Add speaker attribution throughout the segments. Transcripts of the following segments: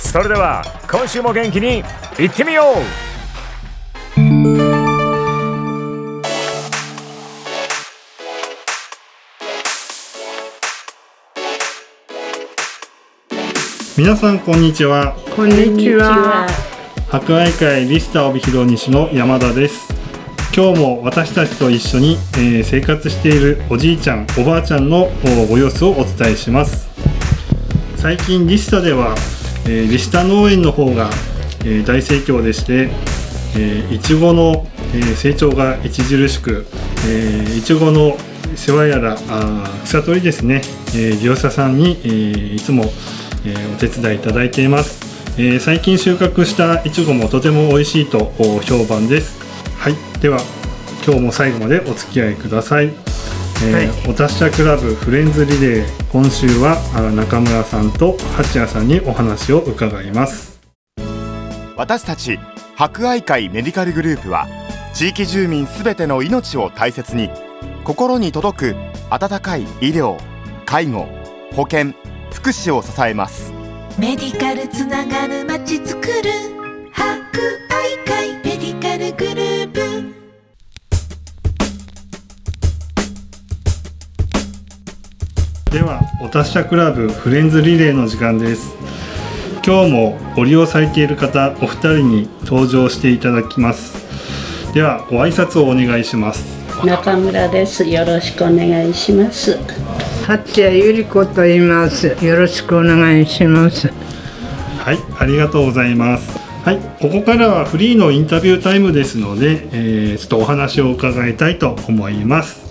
Speaker 1: それでは今週も元気にいってみよう
Speaker 2: 皆さんこんにちは
Speaker 3: こんにちは。
Speaker 2: 博愛会リスタ帯広西の山田です今日も私たちと一緒に、えー生活しているおじいちゃんおばあちゃんのおご様子をお伝えします最近リスタでは、えーリスタ農園の方が、えー大盛況でして、えーいちごの、えー成長が著しく、えーいちごの世話やらあー草取りですね、えー業者さんに、えーいつも、えーお手伝いいただいています、えー最近収穫したいちごもとても美味しいとお評判ですはいでは今日も最後までお付き合いください、えーお達者クラブフレンズリレー今週はあ中村さんと八谷さんにお話を伺います
Speaker 4: 私たち博愛会メディカルグループは地域住民すべての命を大切に心に届く温かい医療介護保健福祉を支えます
Speaker 5: メディカルつながるまちづくる博愛会メディカルグループ
Speaker 2: ではお達者クラブフレンズリレーの時間です今日もご利用されている方お二人に登場していただきますではご挨拶をお願いします
Speaker 3: 中村です。よろしくお願いします。
Speaker 6: 八谷ゆり子と言います。よろしくお願いします。
Speaker 2: はい、ありがとうございます。はい、ここからはフリーのインタビュータイムですので、えーちょっとお話を伺いたいと思います。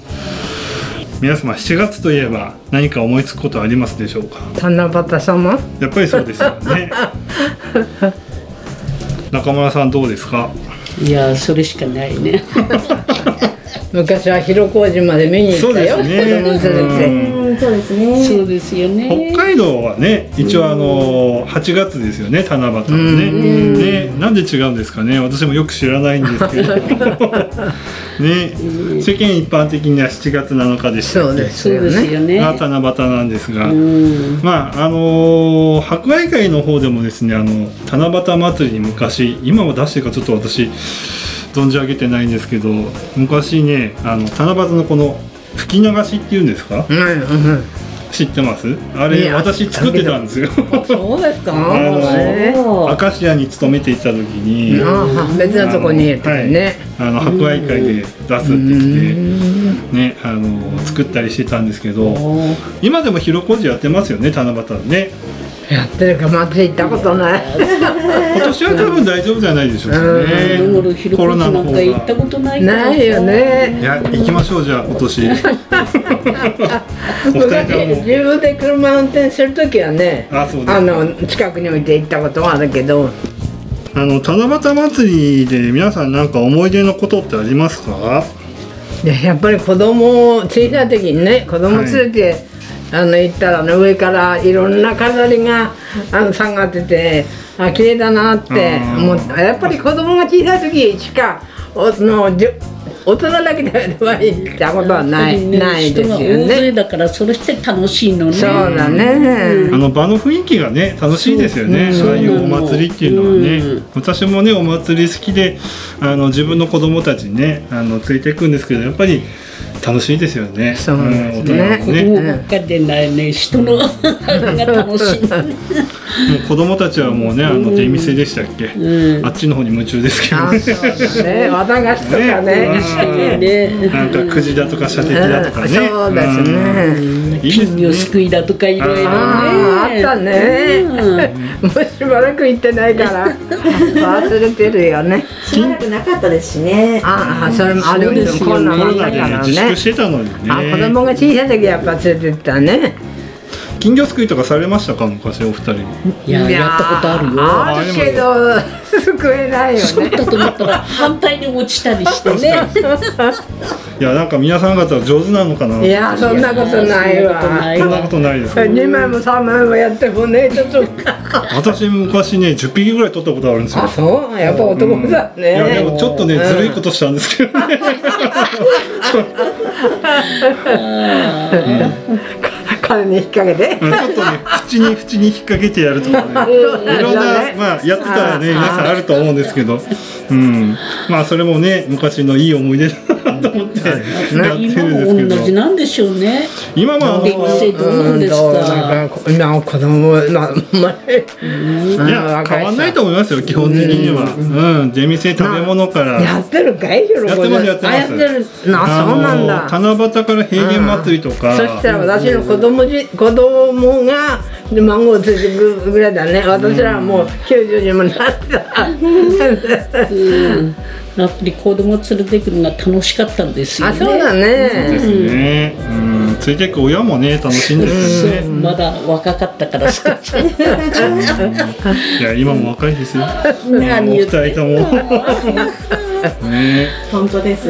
Speaker 2: 皆様、7月といえば何か思いつくことありますでしょうか
Speaker 6: 七夕様。
Speaker 2: やっぱりそうですよね。中村さんどうですか
Speaker 3: いやー、それしかないね。
Speaker 6: 昔は広小路まで見に行
Speaker 2: そう
Speaker 6: った
Speaker 2: で
Speaker 6: よ。
Speaker 2: すね
Speaker 6: 子供連れて。
Speaker 3: そうですよ
Speaker 2: 北
Speaker 3: ね。
Speaker 2: 海道はね一応あの8月ですよね七夕のねねなんで違うんですかね私もよく知らないんですけどね世間一般的には7月7日でした
Speaker 6: そ
Speaker 2: っ
Speaker 6: う
Speaker 2: け
Speaker 6: です
Speaker 3: そう
Speaker 6: よ
Speaker 3: です
Speaker 6: ね。
Speaker 3: よね。
Speaker 2: が七夕なんですが、
Speaker 3: うん。
Speaker 2: まああのー博愛会の方でもですねあの七夕祭りに昔今は出してるかちょっと私存じ上げてないんですけど昔ねあの七夕のこの吹き流しっていうんですか
Speaker 6: うんうん。
Speaker 2: 知ってますあ
Speaker 6: い
Speaker 2: れ
Speaker 6: や
Speaker 2: 私作ってたんですよ
Speaker 6: そうですか。
Speaker 2: あの
Speaker 6: ええ
Speaker 2: アカシアに勤めていた時に、
Speaker 6: ああ、別のとこに入れてるね。
Speaker 2: あの博愛会で出すってきて、ね、あの作ったりしてたんですけど今でも広小路やってますよね七夕ね
Speaker 6: やってるか、祭り行ったこと ない。
Speaker 2: 今年は多分大丈夫じゃないでしょう
Speaker 3: だから
Speaker 2: かね
Speaker 3: 広
Speaker 2: コ
Speaker 3: く
Speaker 2: ロナ
Speaker 3: な
Speaker 2: の
Speaker 3: ん
Speaker 2: 方
Speaker 3: か
Speaker 2: がい
Speaker 3: 行ったことないからさ
Speaker 6: ないよ。ね。
Speaker 2: や行きましょうじゃあ今年お二人か
Speaker 6: 昔
Speaker 2: ら
Speaker 6: 自
Speaker 2: も
Speaker 6: 分で車運転するときはね。
Speaker 2: あそうです
Speaker 6: あの近くに置いて行ったことはあるけど。
Speaker 2: あの七夕祭りで皆さんなんか思い出のことってありますか
Speaker 6: いややっぱり子供を小さい時にね子供連れて、あの行ったらあの上からいろんな飾りがあの下がっててあ綺麗だなって
Speaker 2: あー
Speaker 6: 思ったやっぱり子供が小さい時しかおのじょ大人だけでは行ったことはな
Speaker 3: やっぱ
Speaker 6: い,、
Speaker 3: りね
Speaker 6: ないで
Speaker 3: 人
Speaker 6: すよ
Speaker 3: が大勢
Speaker 6: ね。
Speaker 3: だから、それして楽しいのね。
Speaker 6: そうだね、
Speaker 2: あの場の雰囲気がね楽しいですよね、
Speaker 3: そう
Speaker 2: ああいうお祭りっていうのはね、
Speaker 3: うん
Speaker 2: 私もねお祭り好きであの自分の子供たちにねあのついていくんですけどやっぱり楽しいですよね。
Speaker 6: そうなんです
Speaker 2: ん
Speaker 6: ね
Speaker 2: 大人もね
Speaker 6: うん
Speaker 3: もうばっかりでないね人のが楽 しい、
Speaker 2: もう子供たちはもうね、あの出店でしたっけ、
Speaker 3: うん、
Speaker 2: あっちの方に夢中ですけど
Speaker 6: あ
Speaker 2: ね。
Speaker 6: そうだね和駄菓子とか
Speaker 2: ね
Speaker 6: ね
Speaker 2: うん
Speaker 3: ね
Speaker 2: なんかくじだとか射的だとかね。
Speaker 6: そうですね
Speaker 2: うん。いい
Speaker 3: 金魚
Speaker 2: ですすね。
Speaker 3: くいだとかいろいろね
Speaker 6: あーあったねもうしばらく行ってないから忘れてるよね
Speaker 7: しばらくなかったですしね。
Speaker 6: ああそれもある
Speaker 3: そ
Speaker 6: けど
Speaker 3: うですよ
Speaker 6: コロナ
Speaker 2: コ
Speaker 6: もあ
Speaker 2: ロ
Speaker 6: った
Speaker 2: ナ
Speaker 6: か
Speaker 2: で
Speaker 6: ら
Speaker 2: 自粛
Speaker 6: ね
Speaker 2: してたのに
Speaker 6: あ子供
Speaker 2: ね。
Speaker 6: が小さい時やっぱ連れてったね
Speaker 2: 金魚すくいとかされましたか昔お二人。
Speaker 3: いややったことあるよ
Speaker 6: あるけど救えないよ
Speaker 3: 作っ
Speaker 6: ね
Speaker 3: たと思ったら反対に落ちたりしてね
Speaker 2: いやなんか皆さん方上手なのかな。
Speaker 6: いやそんなことな
Speaker 3: そんな
Speaker 6: い
Speaker 3: ことな
Speaker 6: わ
Speaker 3: い
Speaker 2: そんなことないですか。
Speaker 6: 2枚も3枚もやって骨ちょっと
Speaker 2: 私昔ね10匹ぐらい取ったことあるんですよ
Speaker 6: あ。そうやっぱ男だ
Speaker 2: いやで
Speaker 6: ね
Speaker 2: もちょっとね、ずるいことしたんですけど ね。
Speaker 6: 彼に引っ掛けて
Speaker 2: うんちょっとね、縁に縁に引っ掛けてやるとか ね。いろんな、まあ、やってたらね、皆さんあると思うんですけど。うん、まあ、それもね、昔のいい思い出だなと思って、やって
Speaker 3: 今
Speaker 2: る
Speaker 3: も
Speaker 2: んで
Speaker 3: 同
Speaker 2: す
Speaker 3: じ
Speaker 2: けど。
Speaker 3: なんでしょうね
Speaker 2: 今も、あ
Speaker 3: 出
Speaker 2: の、
Speaker 3: 店どうなんです
Speaker 6: どう
Speaker 3: か
Speaker 6: なんか今子供な前
Speaker 2: いや、変わんないと思いますよ、基本的には。うん、出店食べ物から。
Speaker 6: やってるかい喜んで
Speaker 2: やってますやってます
Speaker 6: あやってるなそうなんだ
Speaker 2: あの七夕から平原祭りとか。
Speaker 6: そしたら私の子供じ子供が孫を連れてくるぐらいだね私らはもう90にもなってた
Speaker 3: やっぱり子供連れてくるのが楽しかったんですよ
Speaker 6: あ
Speaker 3: ね
Speaker 6: そうだ
Speaker 2: で
Speaker 6: ね
Speaker 2: すね。うん、ついていく親もね、楽しいんですよ
Speaker 3: そう
Speaker 2: ね。
Speaker 3: まだ若かったからさ
Speaker 2: いや、今も若いですよ。
Speaker 3: 何
Speaker 2: お二
Speaker 3: 言って
Speaker 2: 人とも。ね。
Speaker 7: 本当です。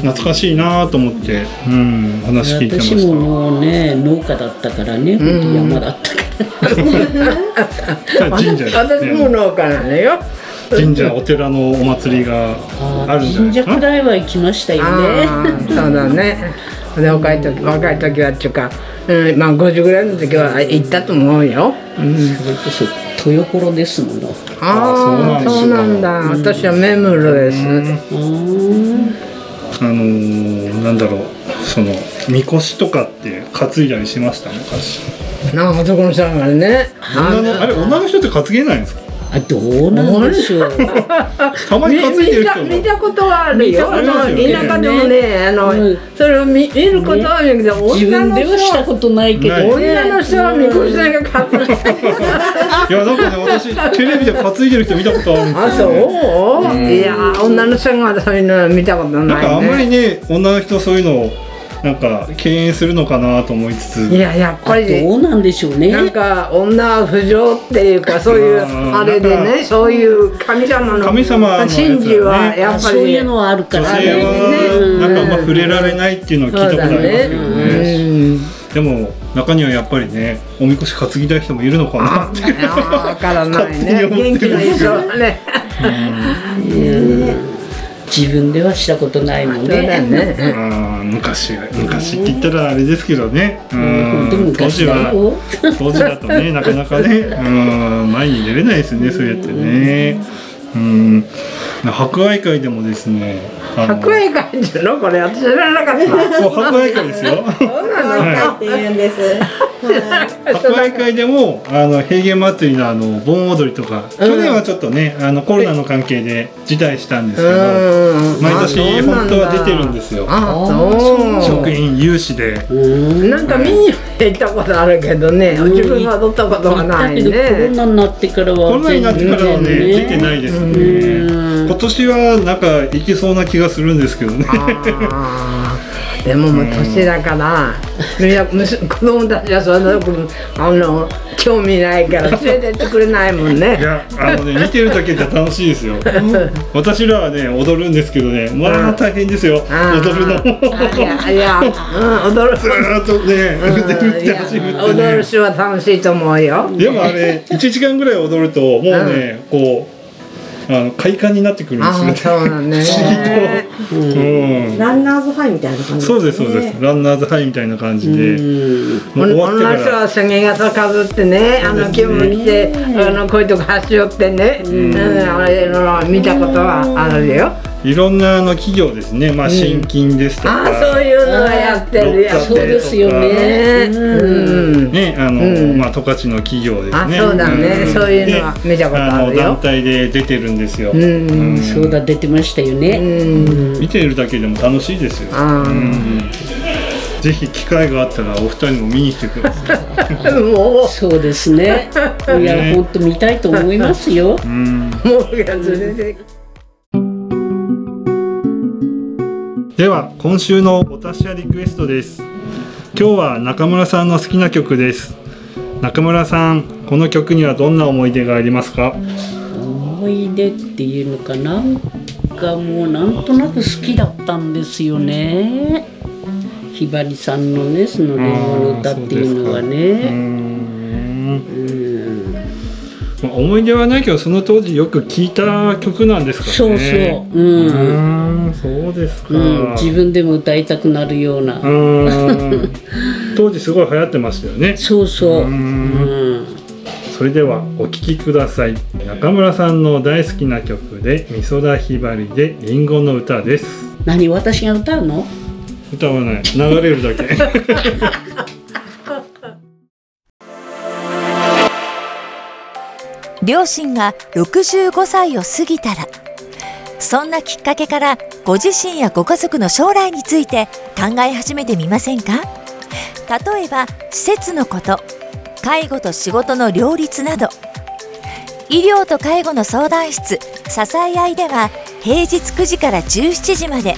Speaker 2: 懐かしいなと思って、うん、話聞いてま
Speaker 3: 私
Speaker 2: し
Speaker 3: も
Speaker 2: た。
Speaker 3: もうね農家だったからね本当山だったから
Speaker 2: じゃあ神社です
Speaker 6: 私
Speaker 2: ね。
Speaker 6: も農家なのよ
Speaker 2: 神社、お寺のお祭りがあるんじゃないで
Speaker 3: 神社
Speaker 2: すか
Speaker 3: く。らいは行きましたよね
Speaker 6: あーそうだねで若い時若い時はっていうか、うん、まあ50ぐらいの時は行ったと思うよ
Speaker 3: それこそ豊頃ですもの
Speaker 6: ああ
Speaker 2: あーそ
Speaker 6: そうう
Speaker 2: な
Speaker 6: なんんだ私は目黒です
Speaker 2: あのー、なんだろう、その、みこしとかって担いだりしました昔。
Speaker 6: なんかそこの人がね
Speaker 2: 女の、あれ、女の人って担げないんですか。
Speaker 3: あどうなんでしょう
Speaker 2: たまに担いでる
Speaker 6: 見
Speaker 2: 人
Speaker 6: た見
Speaker 2: も。
Speaker 6: たことはある
Speaker 2: 見た
Speaker 6: よ。
Speaker 2: ことあるよ
Speaker 6: 田舎でもね、あの、
Speaker 3: うん
Speaker 6: それを見見ることはあるけど、
Speaker 3: 自
Speaker 6: 女
Speaker 3: 分
Speaker 6: の
Speaker 3: ではし
Speaker 6: 人
Speaker 3: た
Speaker 6: は
Speaker 3: ことないけど
Speaker 2: ない
Speaker 6: 女の人はみこしだけ担い
Speaker 2: い
Speaker 6: で。
Speaker 2: や、なんかね、私、テレビで担いでる人見たことあるんで
Speaker 6: あ、
Speaker 2: す
Speaker 6: そ
Speaker 2: よ、ね。
Speaker 6: う。いやー、女の人がそういうのは見たことない、ね。
Speaker 2: なんか、あんまりね、女の人、そういうのを、なんか、敬遠するのかなと思いつつ。
Speaker 6: いや、やっぱ
Speaker 3: ど
Speaker 6: り。
Speaker 3: うなんでしょうね
Speaker 6: なんか女は不浄っていうかそういう
Speaker 2: うん
Speaker 6: あれで
Speaker 2: なん
Speaker 6: ねそういう神様の
Speaker 2: 神様のやつだね
Speaker 6: 神事はやっぱ
Speaker 3: そう
Speaker 6: り
Speaker 3: いうのはあるか
Speaker 2: 女
Speaker 3: ら
Speaker 2: 性はなんかあんま触れられないっていうのは聞いたことありますけどね
Speaker 6: うん
Speaker 2: でも中にはやっぱりねおみこし担ぎたい人もいるのかなって
Speaker 6: いやーわからないね
Speaker 2: 勝手に思っ
Speaker 6: 元
Speaker 2: て
Speaker 6: 気
Speaker 2: る
Speaker 6: なん
Speaker 2: で
Speaker 6: 人
Speaker 2: すよ
Speaker 6: はね
Speaker 3: 自分ではしたことないもん
Speaker 6: そうだよ
Speaker 3: ね
Speaker 6: ね
Speaker 2: あー昔昔って言ったらあれですけどねう
Speaker 3: 本当
Speaker 2: ん当時
Speaker 3: 昔だ
Speaker 2: は
Speaker 3: よ
Speaker 2: 当時だとねなかなかねうん前に出れないですねそうやってねうん博愛会でもですねあの
Speaker 6: 白衣会じゃろこれ私知らなかった
Speaker 2: お博愛会ですよ
Speaker 7: はい、って言うんです。はい
Speaker 2: 博愛会でもあの平原祭りのあの盆踊りとか、去年はちょっとねあのコロナの関係で辞退したんですけど
Speaker 6: うん
Speaker 2: 毎年本当は出てるんですよ
Speaker 6: あそ
Speaker 2: 職員有志で
Speaker 6: うなんか見に行ったことあるけどね自分は撮ったことがな
Speaker 3: だけ
Speaker 6: い
Speaker 3: どコロ
Speaker 6: ね
Speaker 3: ナになってからは
Speaker 2: コロナになってからはね出てないですね今年はなんか行けそうな気がするんですけどね
Speaker 6: あーでももう年だからみんなむす 子供たちはそんなことあの興味ないから連れてってくれないも ん
Speaker 2: い
Speaker 6: ね
Speaker 2: やあのね見てるだけじゃ楽しいですよ私らはね踊るんですけどねまあ大変ですよ
Speaker 6: あー
Speaker 2: 踊るのも
Speaker 6: いやいや、うん、踊 る
Speaker 2: ずーっとね 腕振って足振ってね
Speaker 6: 踊るしは楽しいと思うよ
Speaker 2: でもあれ1時間ぐらい踊るともうね、こうあの快感になってくるんです
Speaker 6: あ
Speaker 2: よ
Speaker 6: あそう
Speaker 2: ね。
Speaker 6: だね
Speaker 2: 不思議と、うん
Speaker 7: ランナーズハイみたいな感じ。
Speaker 2: そうですそうです、。ランナーズハイみたいな感じで、もう終わって
Speaker 6: 女
Speaker 2: か
Speaker 6: の人
Speaker 2: ら
Speaker 6: は杉傘かぶってね、あの着物着て、あのこういうとこ走り寄ってね、うん、あれの見たことはあるよ。
Speaker 2: いろんなあの企業ですね、まあ、新金ですとか、
Speaker 6: ああそういうのがやってるや
Speaker 2: あー
Speaker 6: つ
Speaker 2: そうですよ
Speaker 6: ね
Speaker 7: ね
Speaker 6: うん
Speaker 2: ねあの
Speaker 6: うん
Speaker 2: まあ、十勝の企業です
Speaker 6: あ
Speaker 2: ね
Speaker 6: そうだね
Speaker 2: ん
Speaker 6: そういうのは見たことある
Speaker 2: での
Speaker 6: よ
Speaker 2: 団体で出てるんですよ、
Speaker 6: うん
Speaker 2: うん
Speaker 3: そうだ出てましたよね、
Speaker 6: うん
Speaker 2: 見てるだけでも楽しいですよ、
Speaker 6: あー
Speaker 2: うんぜひ機会があったらお二人も見に来てください、
Speaker 6: も
Speaker 3: そうですねいや本当見たいと思いますよ
Speaker 2: うん
Speaker 6: うもうやつ出て
Speaker 2: では今週のお達しやリクエストです今日は中村さんの好きな曲です中村さんこの曲にはどんな思い出がありますか
Speaker 3: 思い出っていうのかなんかもうなんとなく好きだったんですよねひばりさんのねその恋愛の歌っていうのが
Speaker 2: うー
Speaker 3: ね
Speaker 2: ん
Speaker 3: うん
Speaker 2: まあ思い出はないけどその当時よく聴いた曲なんですかね
Speaker 3: そうそううん
Speaker 2: うーんそうですか、
Speaker 3: うん、自分でも歌いたくなるような、
Speaker 2: うーん当時すごい流行ってましたよね
Speaker 3: そう
Speaker 2: う
Speaker 3: そう、うんん
Speaker 2: それではお聴きください中村さんの大好きな曲で美空ひばりでリンゴの歌です
Speaker 3: 何私が歌うの
Speaker 2: 歌わない流れるだけ
Speaker 8: 両親が65歳を過ぎたらそんなきっかけからご自身やご家族の将来について考え始めてみませんか例えば施設のこと介護と仕事の両立など医療と介護の相談室支え合いでは平日9時から17時まで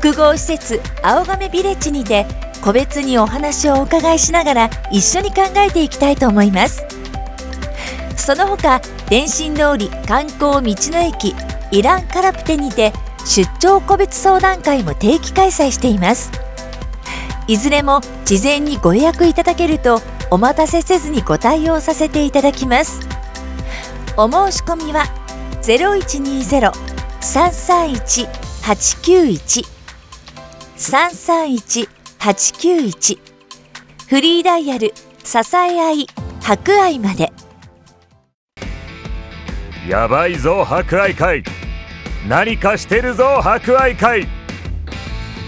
Speaker 8: 複合施設青亀ビレッジにて個別にお話をお伺いしながら一緒に考えていきたいと思いますその他電信通り観光道の駅イランカラプテにて出張個別相談会も定期開催していますいずれも事前にご予約いただけるとお待たせせずにご対応させていただきますお申し込みは0120-331-891 331-891フリーダイヤル支え合い博愛まで
Speaker 1: やばいぞ博愛会何かしてるぞ博愛会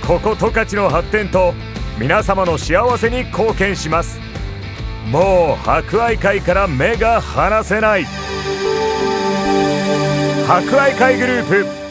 Speaker 1: ここ十勝の発展と皆様の幸せに貢献しますもう博愛会から目が離せない博愛会グループ